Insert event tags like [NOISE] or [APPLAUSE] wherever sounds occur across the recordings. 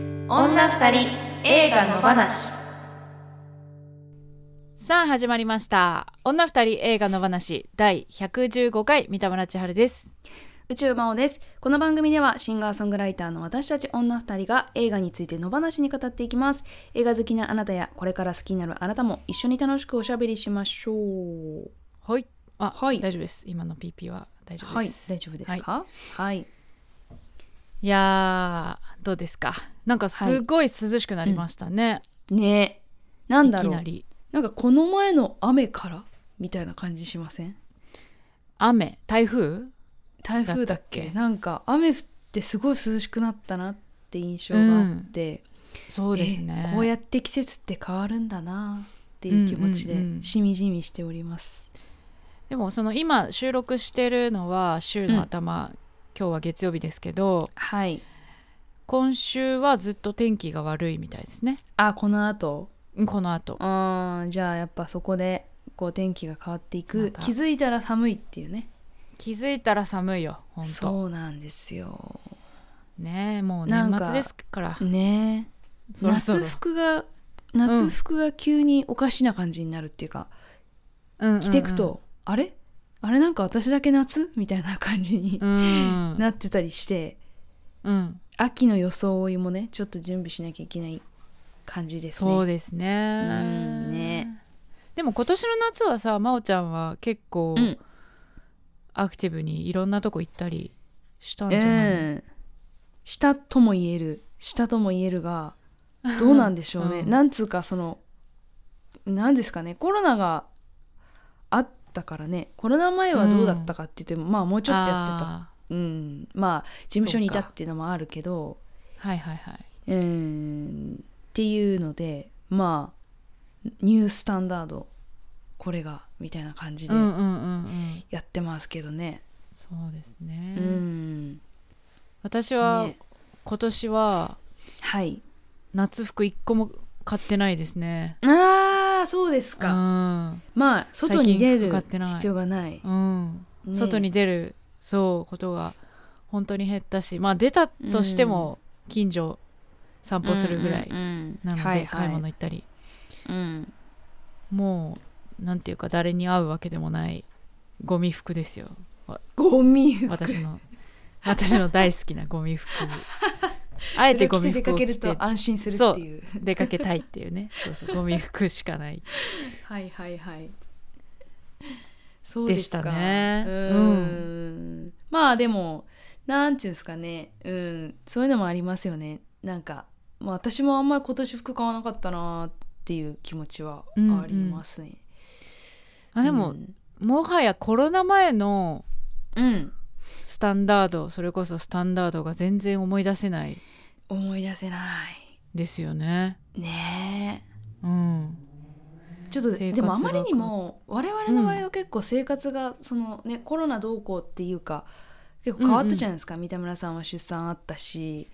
た二人映画の話さあ始まりました女二人映画の話第115回三田村千春です宇宙魔王ですこの番組ではシンガーソングライターの私たち女二人が映画について野放しに語っていきます映画好きなあなたやこれから好きになるあなたも一緒に楽しくおしゃべりしましょうはいあ、はい大丈夫です今の PP は大丈夫はでいす、大丈夫ですかはい、いやーどうですかなんかすごい涼しくなりましたね、ねなんいだきろうななりんかこの前の雨からみたいな感じしません雨台風台風だっけだったっけなんか雨降ってすごい涼しくなったなって印象があって、そうですねえこうやって季節って変わるんだなっていう気持ちうんうんうでんしみじみしております、でもその今収録してるのは週の頭、今日は月曜日ですけどはい今週はずっと天気が悪いみたいですねあこの後この後あーじゃあやっぱそこでこう天気が変わっていまくた気づいたら寒いっていうね気づいたら寒いよ本当そうなんですよねえもうなん年か末ですからね [LAUGHS] えそろそろ夏服が夏服が急におかしな感じになるっていうか、着てくと、、あれあれなんか私だけ夏みたいな感じにうんうんうんうんなってたりして、うん秋の装いもねちょっと準備しなきゃいけない感じですねそうですね,、んねでも今年の夏はさ真央ちゃんは結構うんアクティブにいろんなとこ行ったりしたんじゃないの、ええしたとも言えるしたとも言えるがどうなんでしょうね、うんなんつうかそのなんですかねコロナがあったからねコロナ前はどうだったかって言っても、まあもうちょっとやってた、あうん、まあ事務所にいそうたかっていうのもあるけどーはいはいはいうんっていうのでまあニュースタンダードこれがみたいな感じでうんうんうんうんやってますけどね、そうですね、うん私はね今年ははい夏服一個も買ってないですねあーそうですか、うんまあ外に出最近る服買ってない必要がない、うんね外に出るそうことが本当に減ったしまあ出たとしても近所散歩するぐらいうんうんうんなので、はいはい買い物行ったりうんもうなんていうか誰に会うわけでもないゴミ服ですよゴミ服私の [LAUGHS] 私の大好きなゴ [LAUGHS] ミ服あえてゴミ服をそれを着着て出かけてると安心するっていう出かけたいっていう [LAUGHS] ねそうそうゴミ服しかないはいはいはいそうででしすたかねうーんまあでもなんていうんですかねうんそういうのもありますよねなんか、まあ、私もあんまり今年服買わなかったなっていう気持ちはありますね、あでも、うんもはやコロナ前のうんスタンダードそれこそスタンダードが全然思い出せない思い出せないですよね。ねえうん、ちょっと生活でもあまりにがも我々の場合は結構生活がそのね、コロナどうこうっていうか結構変わったじゃないですか、三田村さんは出産あったし、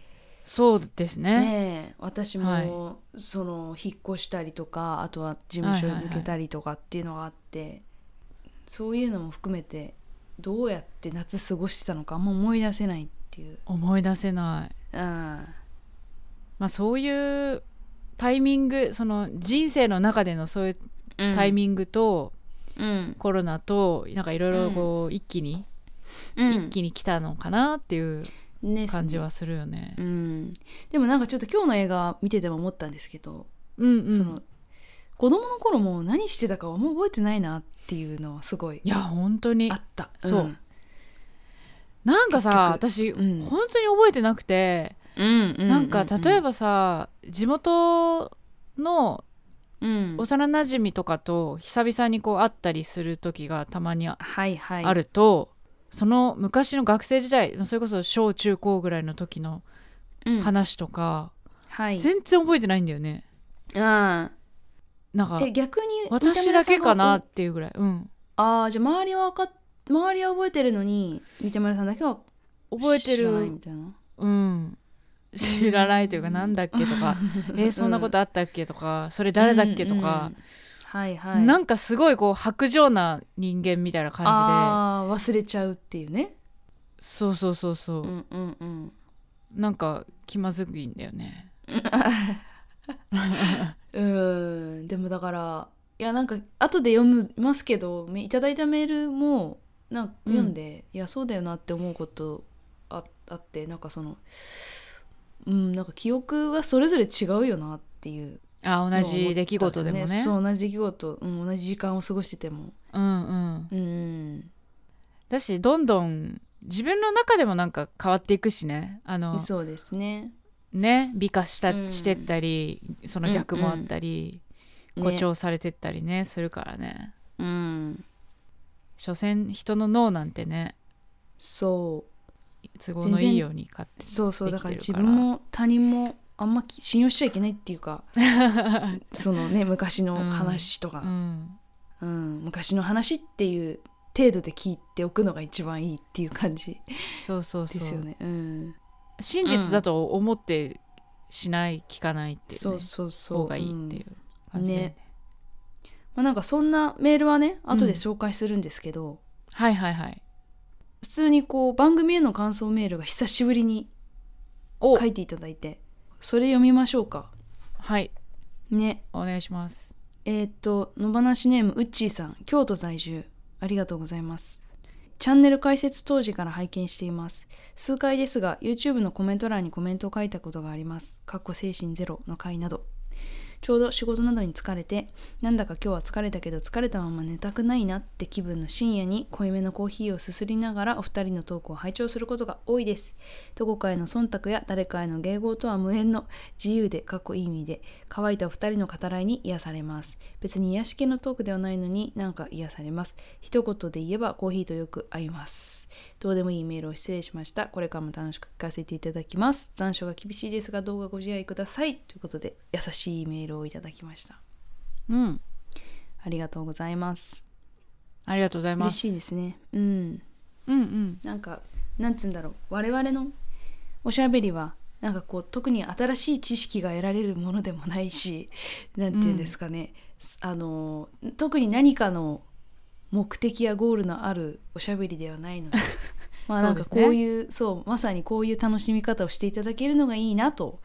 そうですね。ねえ、私はいもその引っ越したりとかあとは事務所はいはいはい抜けたりとかっていうのがあって、そういうのも含めてどうやって夏過ごしてたのかあんま思い出せないっていう、思い出せない。うん、まあそういうタイミングその人生の中でのそういうタイミングと、グ、うんコロナとなんかいろいろこう、一気に、うん一気に来たのかなっていうですね感じはするよね。うん、でもなんかちょっと今日の映画見てても思ったんですけどうん、うん、その子供の頃も何してたかはもう覚えてないなっていうのはすごいいや本当にあったそうなんかさ私、うん本当に覚えてなくて、うん、なんか例えば、ばさ地元のうん、幼なじみとかと久々にこう会ったりする時がたまにあはいはいあると、その昔の学生時代それこそ小中高ぐらいの時のうん話とか、はい全然覚えてないんだよねあなんかえ逆に私だけかな三っていうぐらい、うん、田村さんがあーじゃあ周りはわかっ周りは覚えてるのに三田村さんだけは覚えて知らないるみたいなうん知らないというかなんだっけと [LAUGHS] かえそんなことあったっけとかそれ誰だっけとうかん、うんはいはいなんんかすごいこう薄情な人間みたいな感あー忘れちゃうっていうねじでそうそうそうそうう、んうんうんなんか気まずいんだよねううーんでもだからいやなんか後で読むますけどめいただいたメールもなんかうん読んで、いやそうだよなって思うことああってなんかそのうんなんか記憶はそれぞれ違うよなっていうあのを思ったん同すよね、じ出来事でもねそう同じ出来事、うん、同じ時間を過ごしててもうんうんうんだしどんどん自分の中でもなんか変わっていくしねあのそうですねね美化した、うんしてったりその逆もあったり、ね誇張されてったりねするからねうん所詮人の脳なんてねそう都合のいいように勝手にそうそうでだきからてる自から分も他人もあんまき信用しちゃいけないっていう [LAUGHS] かそのね昔の話とうか、んうん昔の話っていう程度で聞いておくのが一番いいっていう感じそうそうそうですよね。うん、真実だと思ってしない聞かないっていう、ねそうそうそう。方がいいっていううん感じだよねねまあ、なんかそんなメールはね後で紹介するんですけど、はいはいはい普通にこう番組への感想メールが久しぶりにお書いていただいてそれ読みましょうか。はいねお願いしますえーっと野放しネームうっちーさん京都在住ありがとうございますチャンネル開設当時から拝見しています数回ですが YouTube のコメント欄にコメントを書いたことがありますかっこ精神ゼロの回などちょうど仕事などに疲れてなんだか今日は疲れたけど疲れたまま寝たくないなって気分の深夜に濃いめのコーヒーをすすりながらお二人のトークを拝聴することが多いですどこかへの忖度や誰かへの迎合とは無縁の自由でかっこいい意味で乾いたお二人の語らいに癒されます別に癒し系のトークではないのになんか癒されます一言で言えばコーヒーとよく合いますどうでもいいメールを失礼しましたこれからも楽しく聞かせていただきます残暑が厳しいですがどうかご自愛くださいということで優しいメールをいただきましたうんありがとうございますありがとうございま嬉すしいですねうんうんうんなんかなんつうんだろう我々のおしゃべりはなんかこう特に新しい知識が得られるものでもないし [LAUGHS] なんていうんですかね、すあの特に何かの目的やゴールのあるおしゃべりではない [LAUGHS] のでまあなんかそうですねこういうそう,、まさにこういう楽しみ方をしていただけるのがいいなと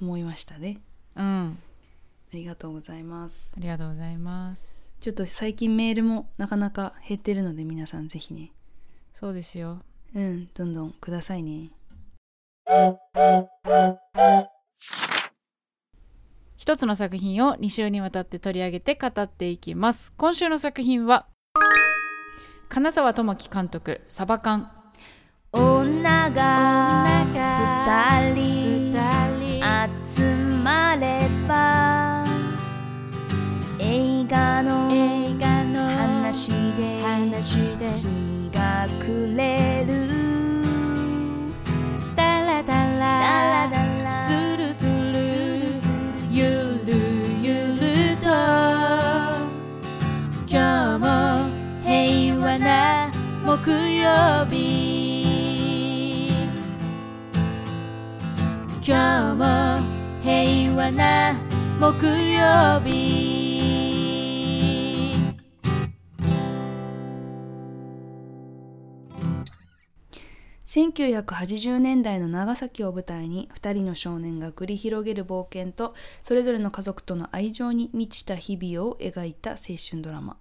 思いましたね。うんありがとうございます。ありがとうございますちょっと最近メールもなかなか減ってるので皆さんぜひねそうですようんどんどんくださいね。一つの作品を2週にわたって取り上げて語っていきます今週の作品は金沢智樹監督「サバ缶女が二人集まれば映画の話で日が暮れるダラダラズルズルゆるゆると今日も平和な木曜日今日も平和な木曜日1980年代の長崎を舞台に2人の少年が繰り広げる冒険とそれぞれの家族との愛情に満ちた日々を描いた青春ドラマ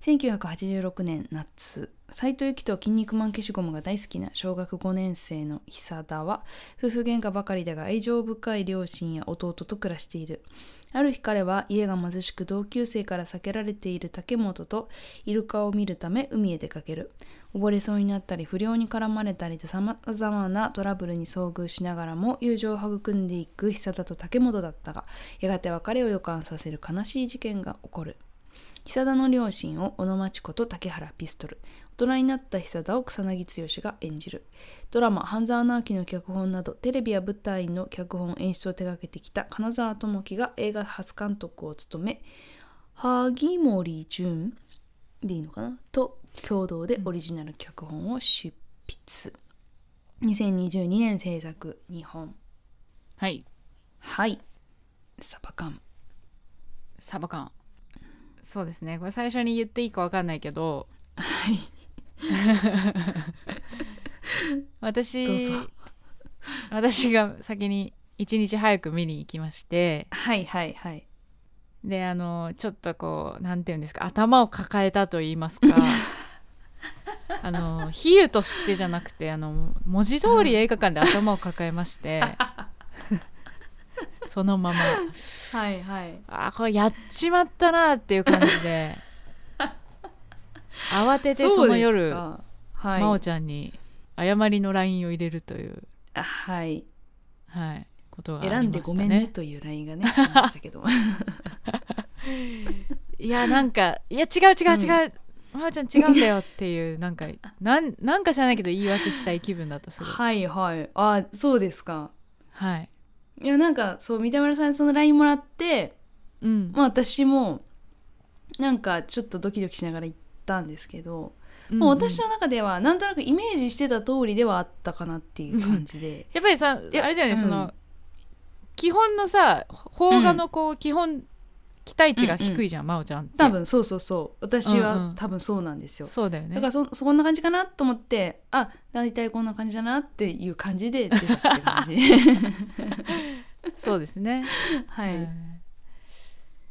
1986年夏斎藤由貴と筋肉マン消しゴムが大好きな小学5年生の久田は夫婦喧嘩ばかりだが愛情深い両親や弟と暮らしているある日彼は家が貧しく同級生から避けられている竹本とイルカを見るため海へ出かける溺れそうになったり不良に絡まれたりとさまざまなトラブルに遭遇しながらも友情を育んでいく久田と竹本だったがやがて別れを予感させる悲しい事件が起こる久田の両親を小野真知子と竹原ピストル大人になった久田を草薙剛が演じるドラマ「半沢直樹」の脚本などテレビや舞台の脚本演出を手掛けてきた金沢智樹が映画初監督を務め萩森純でいいのかなと共同でオリジナル脚本を執筆2022年制作日本」はいはいサバ缶サバ缶そうですねこれ最初に言っていいかわかんないけどはい私どうぞ私が先に一日早く見に行きましてはいはいはい。であのちょっとこうなんていうんですか頭を抱えたと言い [LAUGHS] ますかあの比喩としてじゃなくてあの文字通り映画館で頭を抱えまして [LAUGHS] そのままはいはい。あーこれやっちまったなっていう感じで慌ててその夜真はい。央ちゃんに謝りの LINE を入れるという、あはい。はい、ことがありました選ねんでごめんねというラインがね、ありましたけど。いやなんかいや違う違う違う、まおちゃん違うんだよっていうなんかなんなんか知らないけど言い訳したい気分だったすごいはいはい。あそうですか。はいいやなんかそう三田村さんにその LINE もらって、うんまあ、私もなんかちょっとドキドキしながら行ったんですけど、うんもう私の中ではなんとなくイメージしてた通りではあったかなっていう感じで。やっぱりさあれいやだよね、うんその基本のさ邦画のこう、基本期待値が低いじゃん、真央ちゃんって多分そうそうそう私うんうはん多分そうなんですよ、そうだよねだからそそこんな感じかなと思ってあ大体こんな感じだなっていう感じで出たって感じ [LAUGHS] そうですね、はい、うん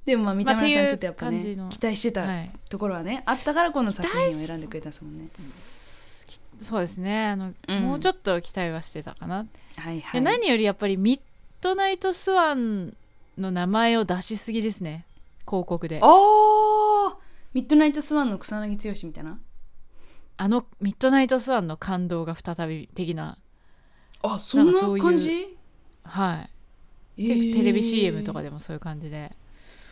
でもまあ三田村さんちょっとやっぱまあね、っていう感じの期待してたはいところはね、あったからこの作品を選んでくれたんですもんねすきそうですねあの、うんもうちょっと期待はしてたかな、はいはでい何よりやっぱりミッドナイトスワンの名前を出しすぎですね広告であおーミッドナイトスワンの草薙剛みたいなのミッドナイトスワンの感動が再び的なあそんなんなそういう感じはいえ結構テレビ CM とかででもそういう感じで、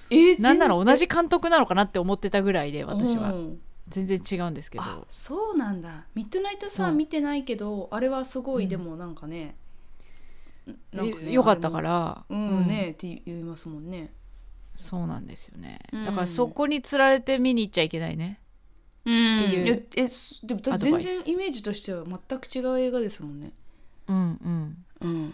えーなんなら全同じ監督なのかなって思ってたぐらいで私はうん全然違うんですけどあそうなんだミッドナイトスワそンう見てないけどあれはすごういんでもなんかね、な良んねよかったからあれもうんね、って言いますもんねそうなんですよね、うんだからそこにつられて見に行っちゃいけないねうんっていういやえすでもだアドバ全イス然イメージとしては全く違う映画ですもんねうんうんうん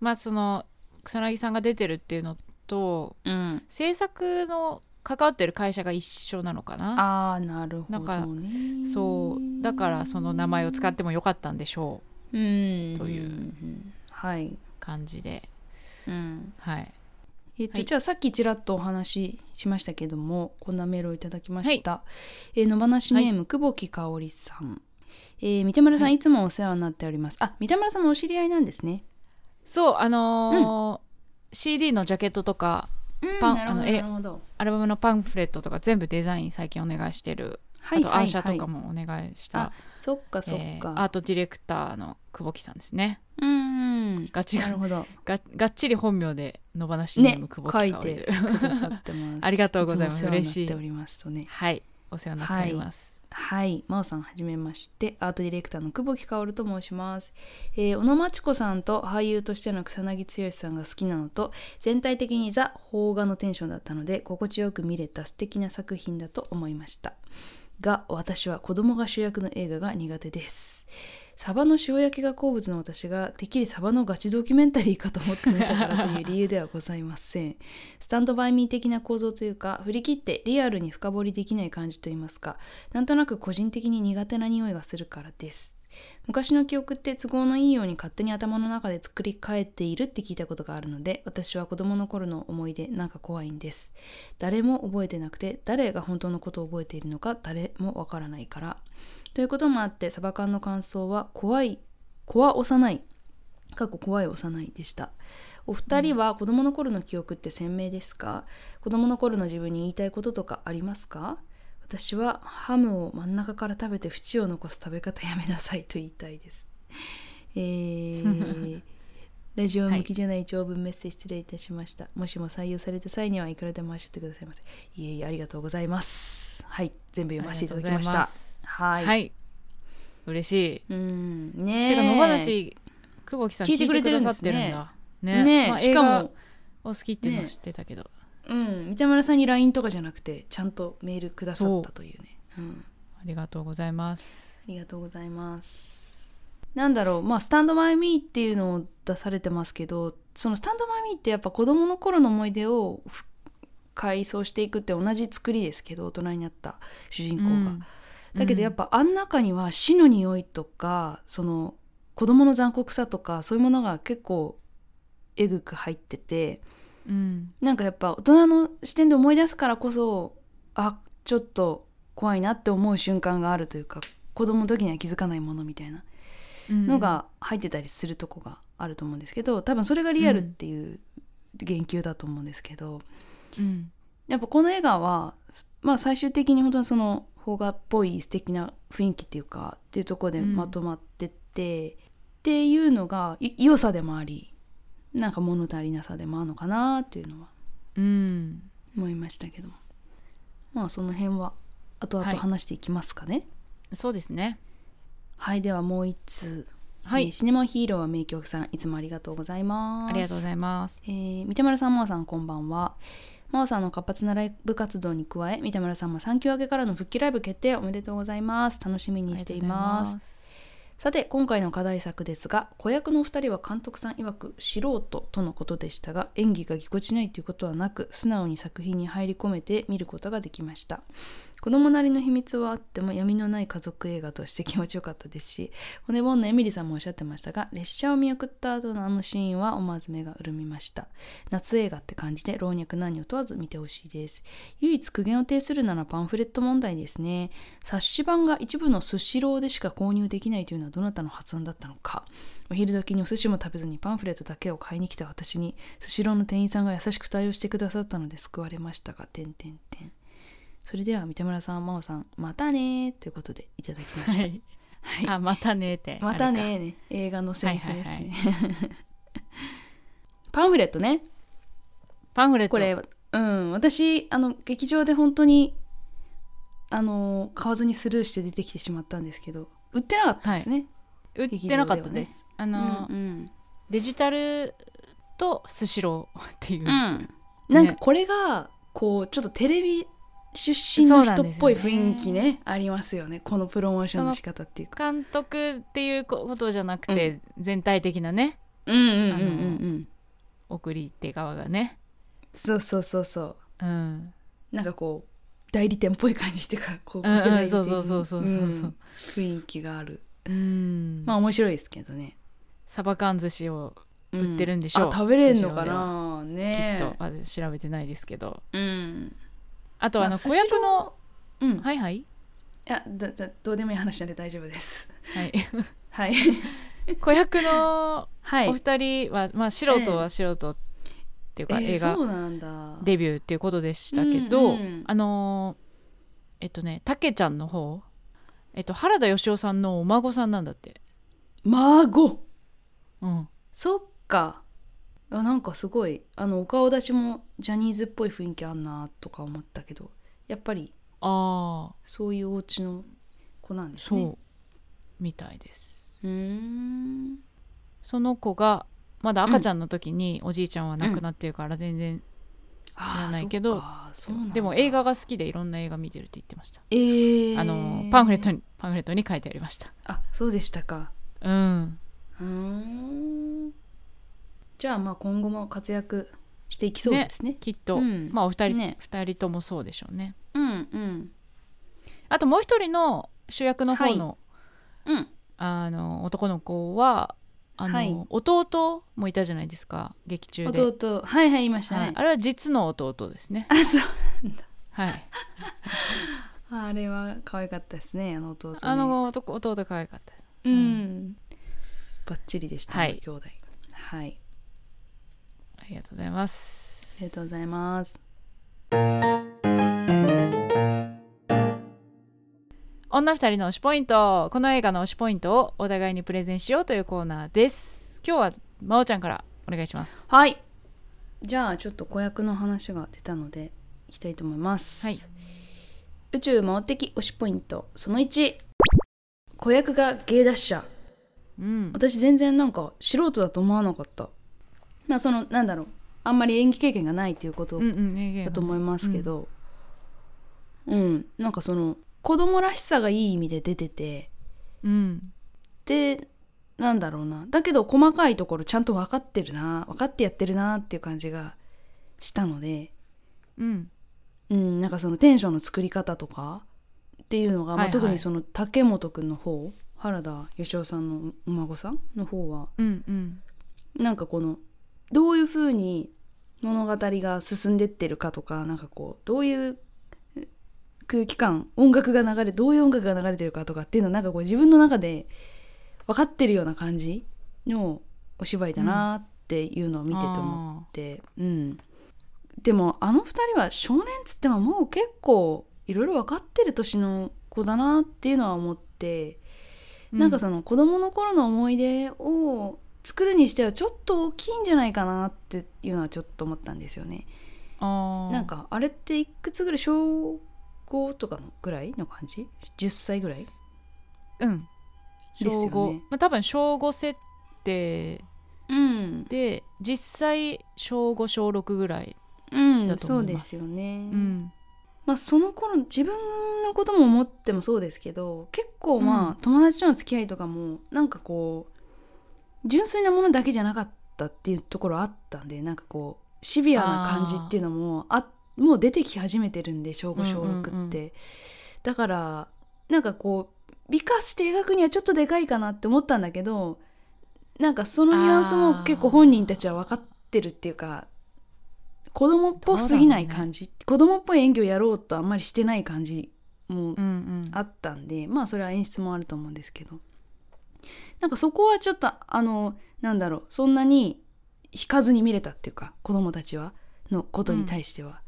まあその草薙さんが出てるっていうのとうん制作の関わってる会社が一緒なのかなああなるほどねそうだからその名前を使ってもよかったんでしょううんというんはい、感じでうんはいえっとはいじゃあさっきちらっとお話ししましたけどもこんなメールをいただきました、えー野放しネーム、久保木香織さん、えー三田村さん、、はいつもお世話になっておりますあ三田村さんのお知り合いなんですねそうあのー CD のジャケットとかパンなるほどあのえなるほどアルバムのパンフレットとか全部デザイン最近お願いしてる、はいあとアーシャはいとかもお願いした、そっかそっえーアーか、トディレクターの久保木さんですねうんうんガチなガる [LAUGHS] ほどががっちり本名で野放しネーねム久保木書い香織てくださってますありがとうございますつもお世話にな嬉しいっておりますとね [LAUGHS] はいお世話になっております、はい、まおさんはじめまして、アートディレクターの久保木薫と申します。えー小野真知子さんと俳優としての草薙剛さんが好きなのと、全体的にザ・邦画のテンションだったので、心地よく見れた素敵な作品だと思いました。が、私は子供が主役の映画が苦手です。サバの塩焼きが好物の私がてっきりサバのガチドキュメンタリーかと思って見たからという理由ではございません。スタンドバイミー的な構造というか振り切ってリアルに深掘りできない感じといいますかなんとなく個人的に苦手な匂いがするからです昔の記憶って都合のいいように勝手に頭の中で作り変えているって聞いたことがあるので私は子供の頃の思い出なんか怖いんです誰も覚えてなくて誰が本当のことを覚えているのか誰もわからないからということもあってサバ缶の感想は怖い怖幼い過去怖い幼いでしたお二人は子供の頃の記憶って鮮明ですか、子供の頃の自分に言いたいこととかありますか私はハムを真ん中から食べて縁を残す食べ方やめなさいと言いたいですえ [LAUGHS] ーラジオ向きじゃない長文メッセージ失礼いたしました、もしも採用された際にはいくらでも走ってくださいませいえいえありがとうございますはい全部読ませていただきましありがたとうございますは、はいい、嬉しいうんねえてか野放し久保木さん聞聞いいててくくれれててるるんんでですすねねねねえまあしか映も画お好きっていうのは知ってたけど、うん、三田村さんに LINE とかじゃなくてちゃんとメールくださったというね、うん、ありがとうございますありがとうございますなんだろうまあスタンドバイミーっていうのを出されてますけどそのスタンドバイミーってやっぱ子供の頃の思い出をふ回想していくって同じ作りですけど大人になった主人公が、うんだけどやっぱあん中には死の匂いとかその子供の残酷さとかそういうものが結構えぐく入っててうんなんかやっぱ大人の視点で思い出すからこそあちょっと怖いなって思う瞬間があるというか子供の時には気づかないものみたいなのが入ってたりするとこがあると思うんですけど多分それがリアルっていう言及だと思うんですけど、うんやっぱこの映画は、まあ、最終的に本当にその邦画っぽい素敵な雰囲気っていうかっていうところでうんまとまってって、っていうのがい良さでもありなんか物足りなさでもあるのかなっていうのはうん思いましたけどもまあその辺は後々はい話していきますかね。そうですねはい、ではもう一通、はえーいシネマヒーローは名曲さんいつもありがとうございます。ありがとうございますえー三田村さん、真央さん、こんばんは。真央さんの活発なライブ活動に加え、三田村さんも産休明けからの復帰ライブ決定おめでとうございます。楽しみにしています。さて、今回の課題作ですが、子役のお二人は監督さん曰く素人とのことでしたが、演技がぎこちないということはなく、素直に作品に入り込めて見ることができました。子供なりの秘密はあっても闇のない家族映画として気持ちよかったですし骨盆のエミリさんもおっしゃってましたが列車を見送った後のあのシーンは思わず目が潤みました夏映画って感じで老若男女問わず見てほしいです唯一苦言を呈するならパンフレット問題ですね冊子版が一部のスシローでしか購入できないというのはどなたの発案だったのかお昼時にお寿司も食べずにパンフレットだけを買いに来た私にスシローの店員さんが優しく対応してくださったので救われましたが点点点それでは三田村さん真央さんまたねーということでいただきました、はいあまたねーってまたねあれかーね映画のセリフですね、はい [LAUGHS] パンフレットねパンフレットこれうん私あの劇場で本当にあの買わずにスルーして出てきてしまったんですけど売ってなかったんですね、売ってなかったです、あの、うんデジタルとスシローっていう、うん、うんなんかこれが、こうちょっとテレビ出身の人っぽい雰囲気ねありますよねこのプロモーションの仕方っていうか監督っていうことじゃなくて、全体的なねうんうんうんのうんうん送り手側がねそうそうそうそううん、なんかこう代理店っぽい感じっていうかこううんうん国内そうそうそうそうそうそうん雰囲気があるうん、まあ面白いですけどねサバ缶寿司を売ってるんでしょうあ食べれるのかなきねっと、あ調べてないですけどうんあとあまのあ子役のうん、い、はいはいやだだどうでもいい話なんで大丈夫です [LAUGHS] はいはい子役の [LAUGHS] はおい、二人は、まあ素人は素人っていうえか、ー映画そうなんだデビューっていうことでしたけど、うんうんあのーえっとねたけちゃんの方えっと原田芳雄さんのお孫さんなんだって孫うんそっかあなんかすごいあのお顔出しもジャニーズっぽい雰囲気あんなとか思ったけどやっぱりああそういうお家の子なんですそう、ねみたいですうーんその子がまだ赤ちゃんの時におじいちゃんは亡くなってるから全然、あー知らないけどそっかそうなんだでも映画が好きでいろんな映画見てるって言ってました、えーあのーパンフレットにパンフレットに書いてありましたあそうでしたかうんうーんじゃあまあ今後も活躍していきそうですねきっと、うんまあお二人、ね二人ともそうでしょうねうんうんあともう一人の主役の方の、はうんあの男の子はあの、はい弟もいたじゃないですか劇中で、弟はいはいいましたはいね、あれは実の弟ですね [LAUGHS] あそうはいあれは可愛かったですねあの弟ねあの男弟可愛かったううんバッチリでした、はねい兄弟はいありがとうございますありがとうございます女二人の推しポイントこの映画の推しポイントをお互いにプレゼンしようというコーナーです今日は真央ちゃんからお願いしますはいじゃあちょっと子役の話が出たのでいきたいと思いますはい宇宙魔王的推しポイントその1子役が芸達者うん私全然なんか素人だと思わなかったまあそのなんだろうあんまり演技経験がないっていうことうんうんいやいやだと思いますけどうん、なんかその子供らしさがいい意味で出ててうんでなんだろうなだけど細かいところちゃんと分かってるな分かってやってるなっていう感じがしたので、うんうん、なんかそのテンションの作り方とかっていうのが、まあはいはい特にその竹本くんの方原田芳雄さんのお孫さんの方はうんうんなんかこのどういうふうに物語が進んでってるかとかなんかこうどういうえ空気感音楽が流れどういう音楽が流れてるかとかっていうのをなんかこう自分の中で分かってるような感じのお芝居だなっていうのを見てて思って、うんでもあの2人は少年っつってももう結構いろいろ分かってる年の子だなっていうのは思って。なんかその子供の頃の思い出を作るにしてはちょっと大きいんじゃないかなっていうのはちょっと思ったんですよね。のなんかあれっていくつぐらい小5とかのぐらいの感じ ?10 歳ぐらいうんで小す五、よねまあ、多分小5設定うん。で実際小5小6ぐらい、うん、だとそ思ういでますすよね。うんまあその頃自分のことも思ってもそうですけど結構まあ、うん友達との付き合いとかもなんかこう純粋なものだけじゃなかったっていうところあったんでなんかこうシビアな感じっていうのもあもう出てき始めてるんで小う5んうん小うん6って、だからなんかこう美化して描くにはちょっとでかいかなって思ったんだけどなんかそのニュアンスも結構本人たちは分かってるっていうか子供っぽすぎない感じ、子供っぽい演技をやろうとあんまりしてない感じもうんうん、あったんで、まあそれは演出もあると思うんですけどなんかそこはちょっとあのなんだろうそんなに引かずに見れたっていうか子供たちはのことに対しては、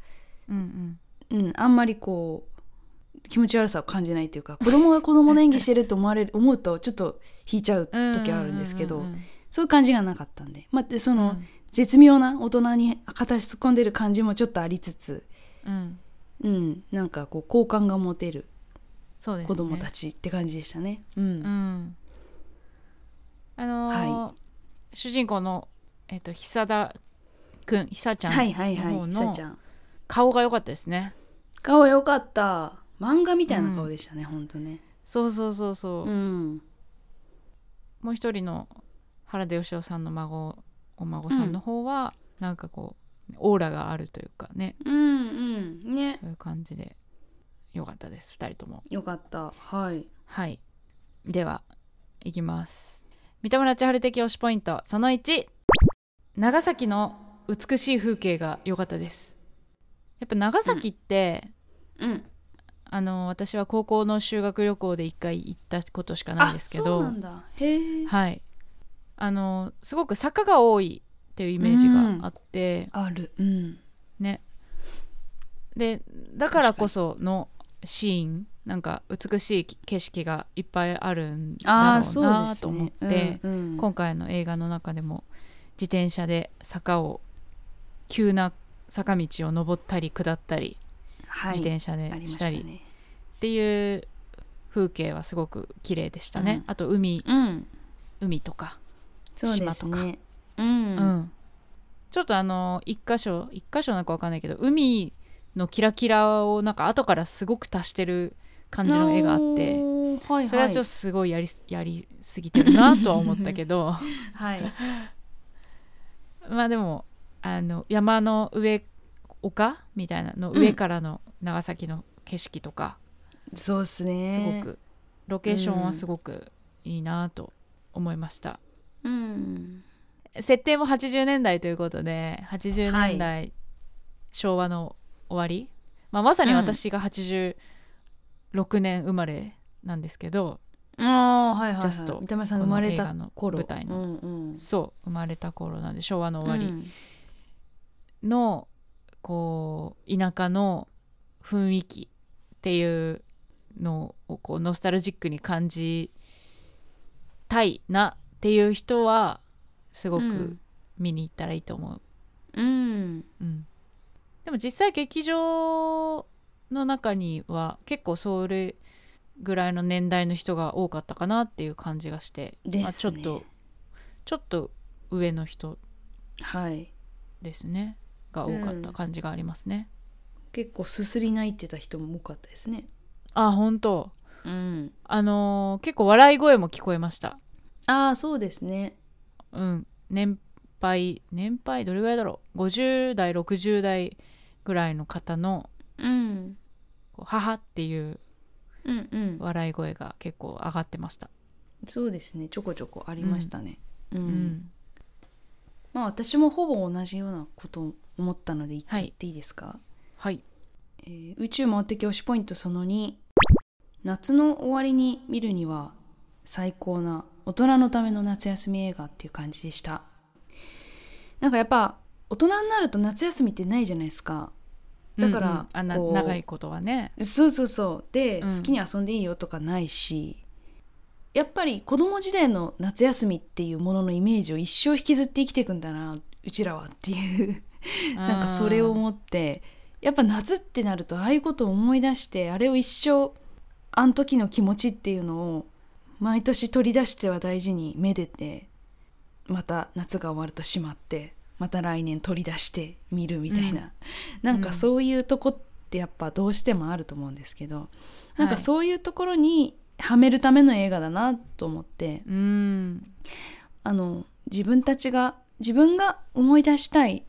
うんうんうんあんまりこう気持ち悪さを感じないっていうか子供が子供の演技してると思 [LAUGHS] われる思うとちょっと引いちゃう時はあるんですけうど、んうんうんそういう感じがなかったんで、まあ、でそうんの、絶妙な大人に形突っ込んでる感じもちょっとありつつ、うんうん、なんかこう好感が持てるそうですね子供たちって感じでしたね。う、うんんあのー主人公の、えっと久田くん久ちゃん、はいはいはの方い、のさあちゃん。顔が良かったですね顔良かった。漫画みたいな顔でしたね、ほんとね。そうそうそうそう、うん。もう一人の原田芳雄さんの孫お孫さんの方は、なんかこうオーラがあるというかねうんうん。ね。そういう感じで良かったです2人ともよかった。はい。はいではいきます三田村千春的推しポイントその1長崎の美しい風景が良かったですやっぱ長崎って、うん。あの私は高校の修学旅行で一回行ったことしかないんあ、ですけそうどなんだ。へえ。はいあのすごく坂が多いっていうイメージがあって、ある。うん。ねでだからこそのシーンなんか美しい景色がいっぱいあるんああ、だろそううでなすと思って、。ねうんうん今回の映画の中でも自転車で坂を急な坂道を登ったり下ったり、はい自転車でありまししたたりね。っていう風景はすごく綺麗でしたね、うんあと海うん。海とか、そうです島ね。う。うんちょっとあの一箇所一箇所なんかわかんないけど海のキラキラをなんか後からすごく足してる感じの絵があって、おーはいはい、それはちょっとすごいやりやりすぎてるなとは思ったけどはい、 [LAUGHS] まあでもあの山の上丘みたいなの上からの長崎の景色とか、そうです [LAUGHS] すねごくロケーションはすごくいいなと思いました。うん設定も80年代ということで80年代、昭和の終わり、まあ、まさに私が86年生まれなんですけど、ああはいはい、はい、ジャスト三田村さんが生まれた頃この映画の舞台のうんうん、そう生まれた頃なんで昭和の終わうりんの、こう田舎の雰囲気っていうのをこうノスタルジックに感じたいなっていう人はすごく見に行ったらいいと思う。うんうん、でも実際劇場の中には結構それぐらいの年代の人が多かったかなっていう感じがして、ですねまあちょっとちょっと上の人はいですねが多かっうんた感じがありますね。結構すすり泣いてた人も多かったですねあ本当うんあのー結構笑い声も聞こえました。ああそうですねうん年配年配どれぐらいだろう50代60代ぐらいの方のうんこう「母」っていううんうん笑い声が結構上がってました。そうですねちょこちょこありましたねうん、うんまあ私もほぼ同じようなことを思ったので言っちゃっていいですか、はいえー宇宙回ってき推しポイントその2夏の終わりに見るには最高な大人のための夏休み映画っていう感じでしたなんかやっぱ大人になると夏休みってないじゃないですかだからうんうんあなこう長いことはねそうそうそうで、うん好きに遊んでいいよとかないしやっぱり子供時代の夏休みっていうもののイメージを一生引きずって生きていくんだなうちらはっていう [LAUGHS] なんかそれをうん思ってやっぱ夏ってなるとああいうことを思い出してあれを一生あの時の気持ちっていうのを毎年取り出しては大事にめでてまた夏が終わるとしまってまた来年取り出して見るみたいな、なんかそういうとこってやっぱどうしてもあると思うんですけど、なんかそういうところにはめるための映画だなと思ってうんあの自分たちが自分が思い出したい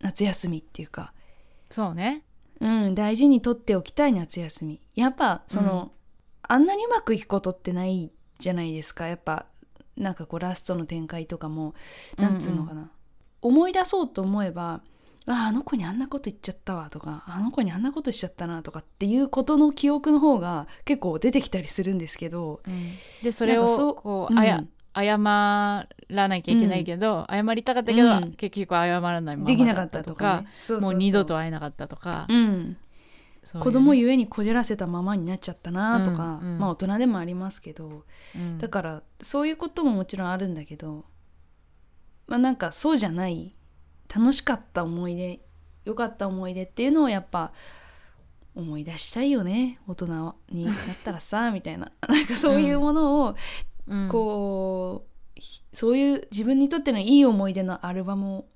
夏休みっていうかそうねうん、大事にとっておきたい夏休みやっぱその、あんなにうまくいくことってないじゃないですかやっぱなんかこうラストの展開とかもなんつうのかな、思い出そうと思えば「ああの子にあんなこと言っちゃったわ」とか「あの子にあんなことしちゃったな」とかっていうことの記憶の方が結構出てきたりするんですけどでそれなんかそをうこううんあや謝らなきゃいけないけど、謝りたかったけど、うん結局謝らないままできなかったとか,、ね、そもう二度と会えなかったとか、うん、そういうね子供ゆえにこじらせたままになっちゃったなとか、うんうんまあ大人でもありますけど、うんだからそういうことももちろんあるんだけどまあなんかそうじゃない楽しかった思い出良かった思い出っていうのをやっぱ思い出したいよね大人になった [LAUGHS] らさみたいななんかそういうものをうんこう、ひそういう自分にとってのいい思い出のアルバムを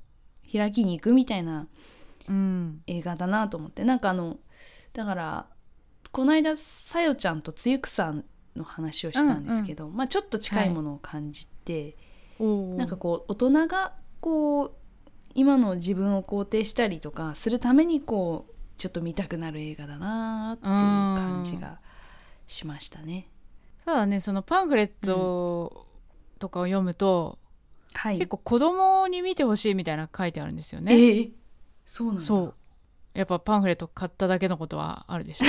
開きに行くみたいなうん映画だなと思ってなんかあのだからこの間さよちゃんとつゆくさんの話をしたんですけど、まあ、ちょっと近いものを感じて、なんかこう大人がこう今の自分を肯定したりとかするためにこうちょっと見たくなる映画だなっていう感じがしましたね。そうだねそのパンフレットとかを読むと、はい、結構子供に見てほしいみたいなの書いてあるんですよね。ええそうなんだそうやっぱパンフレット買っただけのことはある [LAUGHS] でしょ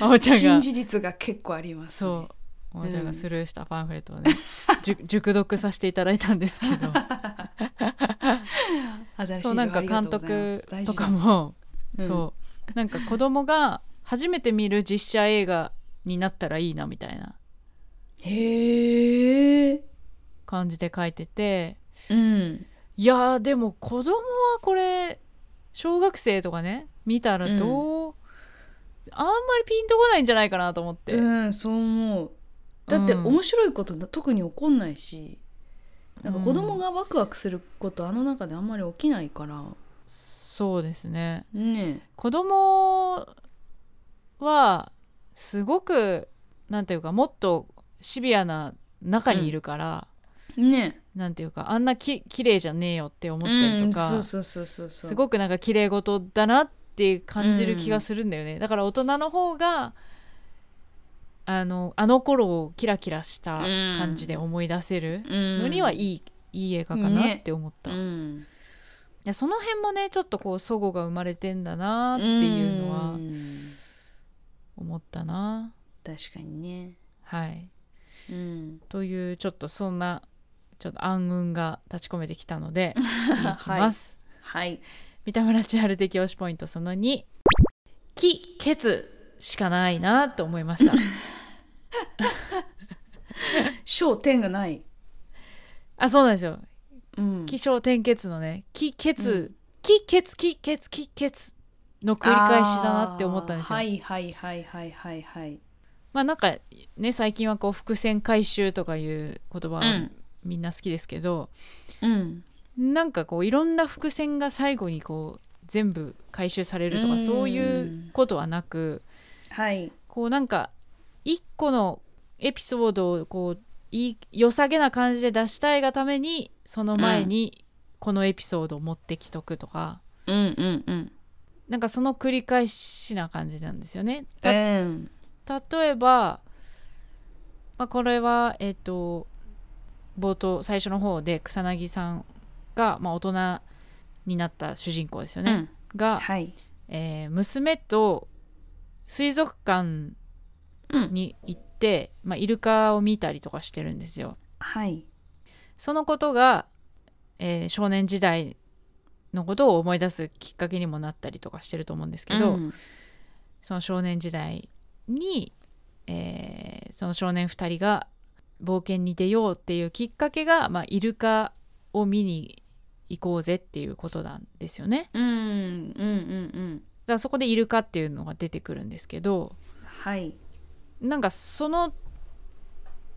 あおちゃんが新事実が結構あります、ね、そうおばちゃんがスルーしたパンフレットをね、じゅ熟読させていただいたん [LAUGHS] ですけど新しいそうなんか監督とかも、うんそうなんか子供が初めて見る実写映画になったらいいなみたいなへえ感じで書いててうんいやーでも子供はこれ小学生とかね見たらどう、あんまりピンとこないんじゃないかなと思って、うんそう思うだってうん面白いことだ特に起こんないしなんか子供がワクワクすることあの中であんまり起きないからそうですねね子供はすごくなんていうかもっとシビアな中にいるから、えねなんていうかあんなき綺麗じゃねえよって思えったりとか、うんそうそうそうそうそうすごくなんか綺麗事だなって感じる気がするんだよね、だから大人の方があのあの頃をキラキラした感じで思い出せるのにはいい、い,、いい映画かなって思った、ういん、やその辺もねちょっとこう齟齬が生まれてんだなっていうのはん思ったな、確かにねはいうんというちょっとそんなちょっと暗雲が立ち込めてきたので次いき [LAUGHS] ます、はい三田村千春的推しポイントその2「気・血」しかないなと思いま [LAUGHS] した焦点がないあそうなんですようん気象転結のね「気・うん血」気・血」「気・血」「気・血」の繰り返しだなって思ったんですよ、あーはいはいはいはいはいはいまあなんかね最近はこう伏線回収とかいう言葉、うんみんな好きですけどうんなんかこういろんな伏線が最後にこう全部回収されるとうかんそういうことはなく、はいこうなんか一個のエピソードをこういい良さげな感じで出したいがためにその前にこのエピソードを持ってきとくとか、うんうんうんなんかその繰り返しな感じなんですよね。たうん例えば、まあ、これはえっ、と冒頭最初の方で草薙さんが、まあ、大人になった主人公ですようね、んが、はいえー娘と水族館うんに行って、まあ、イルカを見たりとかしてるんですよ。はいそのことが、えー少年時代のことを思い出すきっかけにもなったりとかしてると思うんですけど、うんその少年時代に、えーその少年2人が冒険に出ようっていうきっかけが、まあ、イルカを見に行こうぜっていうことなんですよね。うんうんうんだからそこでイルカっていうのが出てくるんですけどうんはいなんかその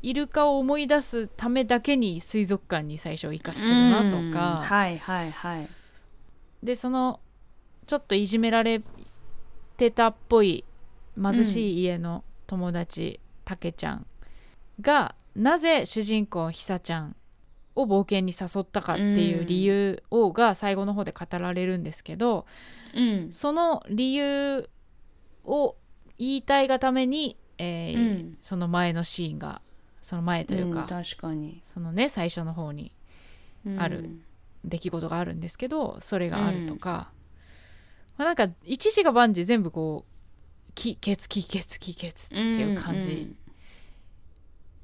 イルカを思い出すためだけに水族館に最初行かしてるなとうんか、はいはいはいでそのちょっといじめられてたっぽい貧しい家の友達たけ、ちゃんがなぜ主人公ひさちゃんを冒険に誘ったかっていう理由をが最後の方で語られるんですけど、うんその理由を言いたいがために、えーうんその前のシーンがその前というか、ん確かにそのね最初の方にあるうん出来事があるんですけどそれがあるとか、まあ、なんか一時が万事全部こう気血気血気血っていう感じ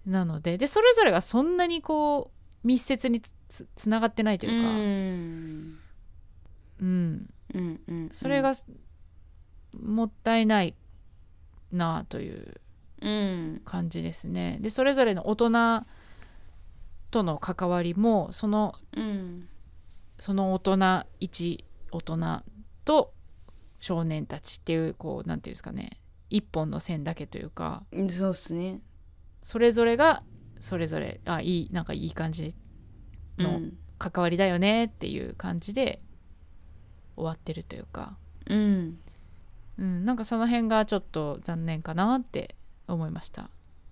なので,、でそれぞれがそんなにこう密接につつつながってないとというか、うんんうんうんそれがもったいないなあといううん感じですね。でそれぞれの大人との関わりもそのうんその大人一大人と少年たちっていうこうなんていうんですかね一本の線だけというかうんそうっすねそれぞれがそれぞれあいいなんかいい感じのうん関わりだよねっていう感じで終わってるというか、うんうん、なんかその辺がちょっと残念かなって思いました。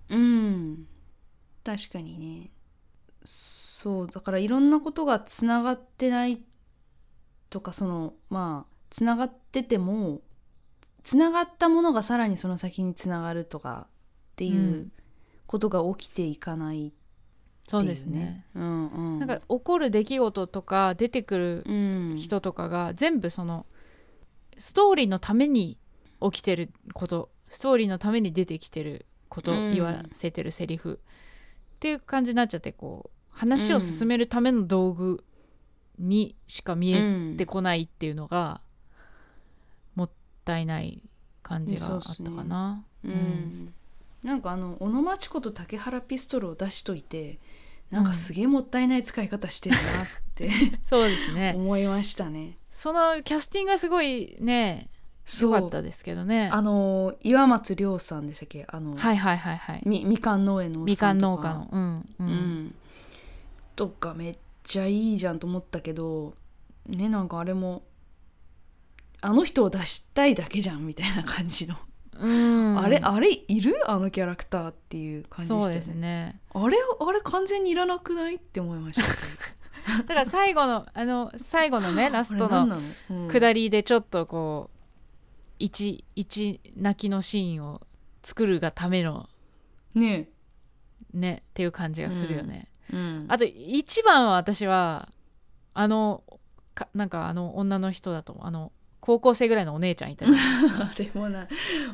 うん確かにねそうだからいろんなことがつながってないとかそのまあつながっててもつながったものがさらにその先につながるとかっていううんことが起きていかないそっうていでうすねね。うんうんなんか起こる出来事とか出てくるうん人とかが全部そのストーリーのために起きてることストーリーのために出てきてること、うん言わせてるセリフっていう感じになっちゃってこう話を進めるための道具にしか見えてこないっていうのが、もったいない感じがあったかな。ううんんなんかあの小野町子と竹原ピストルを出しといてなんかすげえもったいない使い方してるなってそうです [LAUGHS] ね思いましたね。そのキャスティングがすごいね良そかっうたですけどね。あの岩松亮さんでしたっけあの、はいはいはいはい。みみかん農園のおっみさかんんと農か家の。うんううんん、とかめっちゃいいじゃんと思ったけどねなんかあれもあの人を出したいだけじゃんみたいな感じの、うんあれあれいるあのキャラクターっていう感じでしそうたでよすね。 [LAUGHS] ねあれあれ完全にいらなくないって思いましたけど。だから最後のあの最後のね [LAUGHS] ラストのの下りでちょっとこう一一泣きのシーンを作るがためのねねっていう感じがするよね、え、うん、あと一番は私はあのかなんかあの女の人だとあの高校生ぐらいのお姉ちゃんいたじゃん [LAUGHS] あれもなあ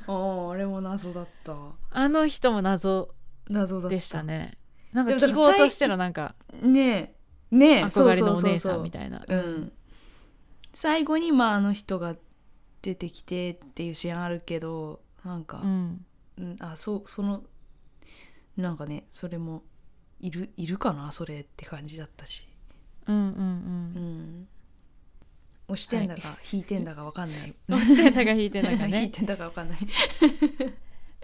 ーあれも謎だったあの人も謎謎だったでしたねなんでかもだ記から号最としてのなんかねえねえ憧れのお姉そうそうそうさそうんみたいなうん、最後にまああの人が出てきてっていうシーンあるけどなんかう、んうんあそうそのなんかねそれもいるいるかなそれって感じだったし、うんうんうんうん、押してんだか、引いてんだかわ [LAUGHS] かんないどうしてんだか引いてんだか [LAUGHS] 引ねいてんだかわかんない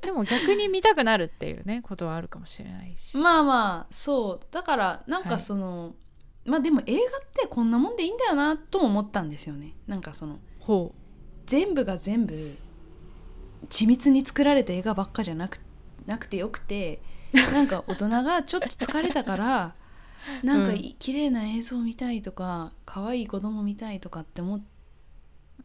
でも逆に見たくなるっていうねことはあるかもしれないし、まあまあそうだからなんはかいその、まあでも映画ってこんなもんでいいんだよなとも思ったんですよねなんかそのほ全部が全部緻密に作られた映画ばっかじゃなくなくてよ [LAUGHS] くてなんか大人がちょっと疲れたからなんかい綺麗な映像見たいとか可愛い子供見たいとかって思っ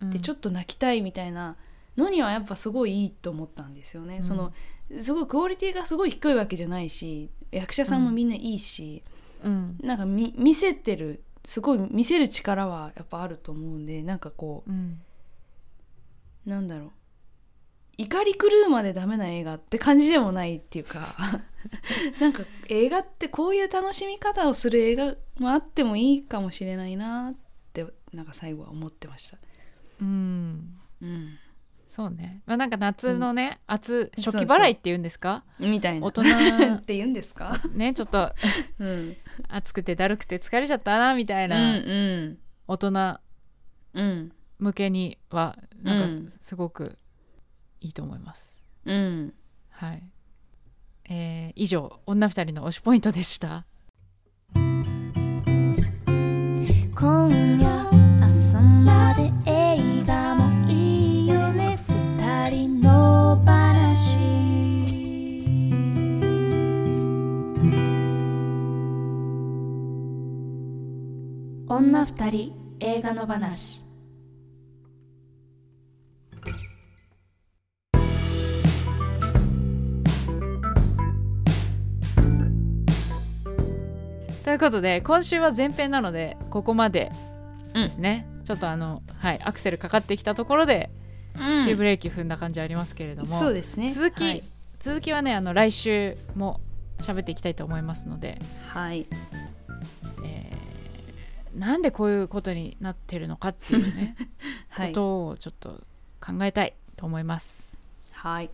う、てちょっっと泣きたいみたいなのにはやっぱすごいいいと思ったんですよね。うんそのすごいクオリティがすごい低いわけじゃないし役者さんもみんないいし、とうんなんか見見せてるすごい見せる力はやっぱあると思うんでなんかこうんうなんだろう怒り狂うまでダメな映画って感じでもないっていうか [LAUGHS] なんか映画ってこういう楽しみ方をする映画もあってもいいかもしれないなってなんか最後は思ってました。うんうん、そうね、まあ、なんか夏のね、暑暑そうそう期払いっていうんですかみたいな。大っ人て言うんですか、ねちょっとうん、暑くてだるくて疲れちゃったなみたいうんうな、ん大人うん向けにはなんかす,、うんごくいいと思います。うんはい、えー以上女二人の推しポイントでした。今夜朝まで映画もいいよね二人の話女二人映画の話ということで今週は前編なのでここまでですね、ちょっとあの、はい、アクセルかかってきたところで急ブレーキ踏んだ感じありますけれども、そうですね続き、はい、続きはねあの来週も喋っていきたいと思いますので、はいえーなんでこういうことになってるのかっていうね、 [LAUGHS] はいことをちょっと考えたいと思います。はい、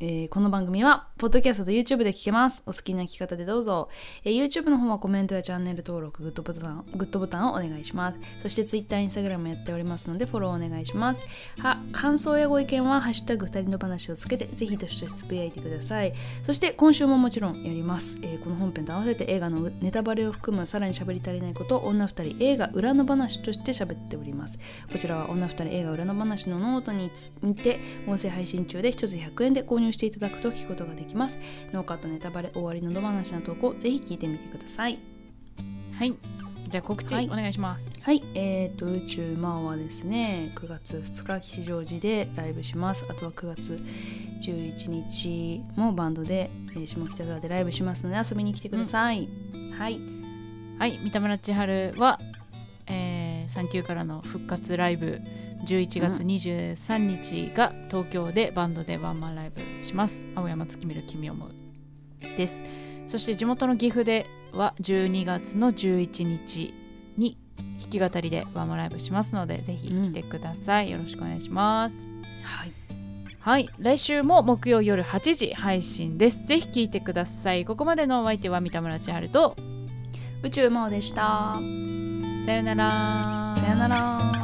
えーこの番組はポッドキャストと YouTube で聞けますお好きな聞き方でどうぞ、えー YouTube の方はコメントやチャンネル登録グッドボタングッドボタンをお願いしますそして Twitter、Instagram やっておりますのでフォローお願いしますは感想やご意見は「ハッシュタグ二人の話」をつけてぜひどしどしつぶやいてくださいそして今週ももちろんやります、えーこの本編と合わせて映画のネタバレを含むさらに喋り足りないことを女二人映画裏の話として喋っておりますこちらは女二人映画裏の話のノートにつにて音声配信中で1つ100円で購入していただくと聞くことができますノーカットネタバレ終わりの野放しの投稿ぜひ聞いてみてくださいはい、じゃあ告知はいお願いします。はい、えー、と宇宙魔王はですね9月2日吉祥寺でライブしますあとは9月11日もバンドで、えー下北沢でライブしますので遊びに来てください、はいはい、三田村千春は、えー、産休からの復活ライブ11月う23日が東京でバンドでワンマンライブします青山月見る君を思うですそして地元の岐阜では12月の11日に弾き語りでワンマンライブしますのでぜひ来てください、よろしくお願いしますはいはい来週も木曜夜8時配信ですぜひ聞いてくださいここまでのお相手は三田村千春と宇宙魔王でしたさよならさよなら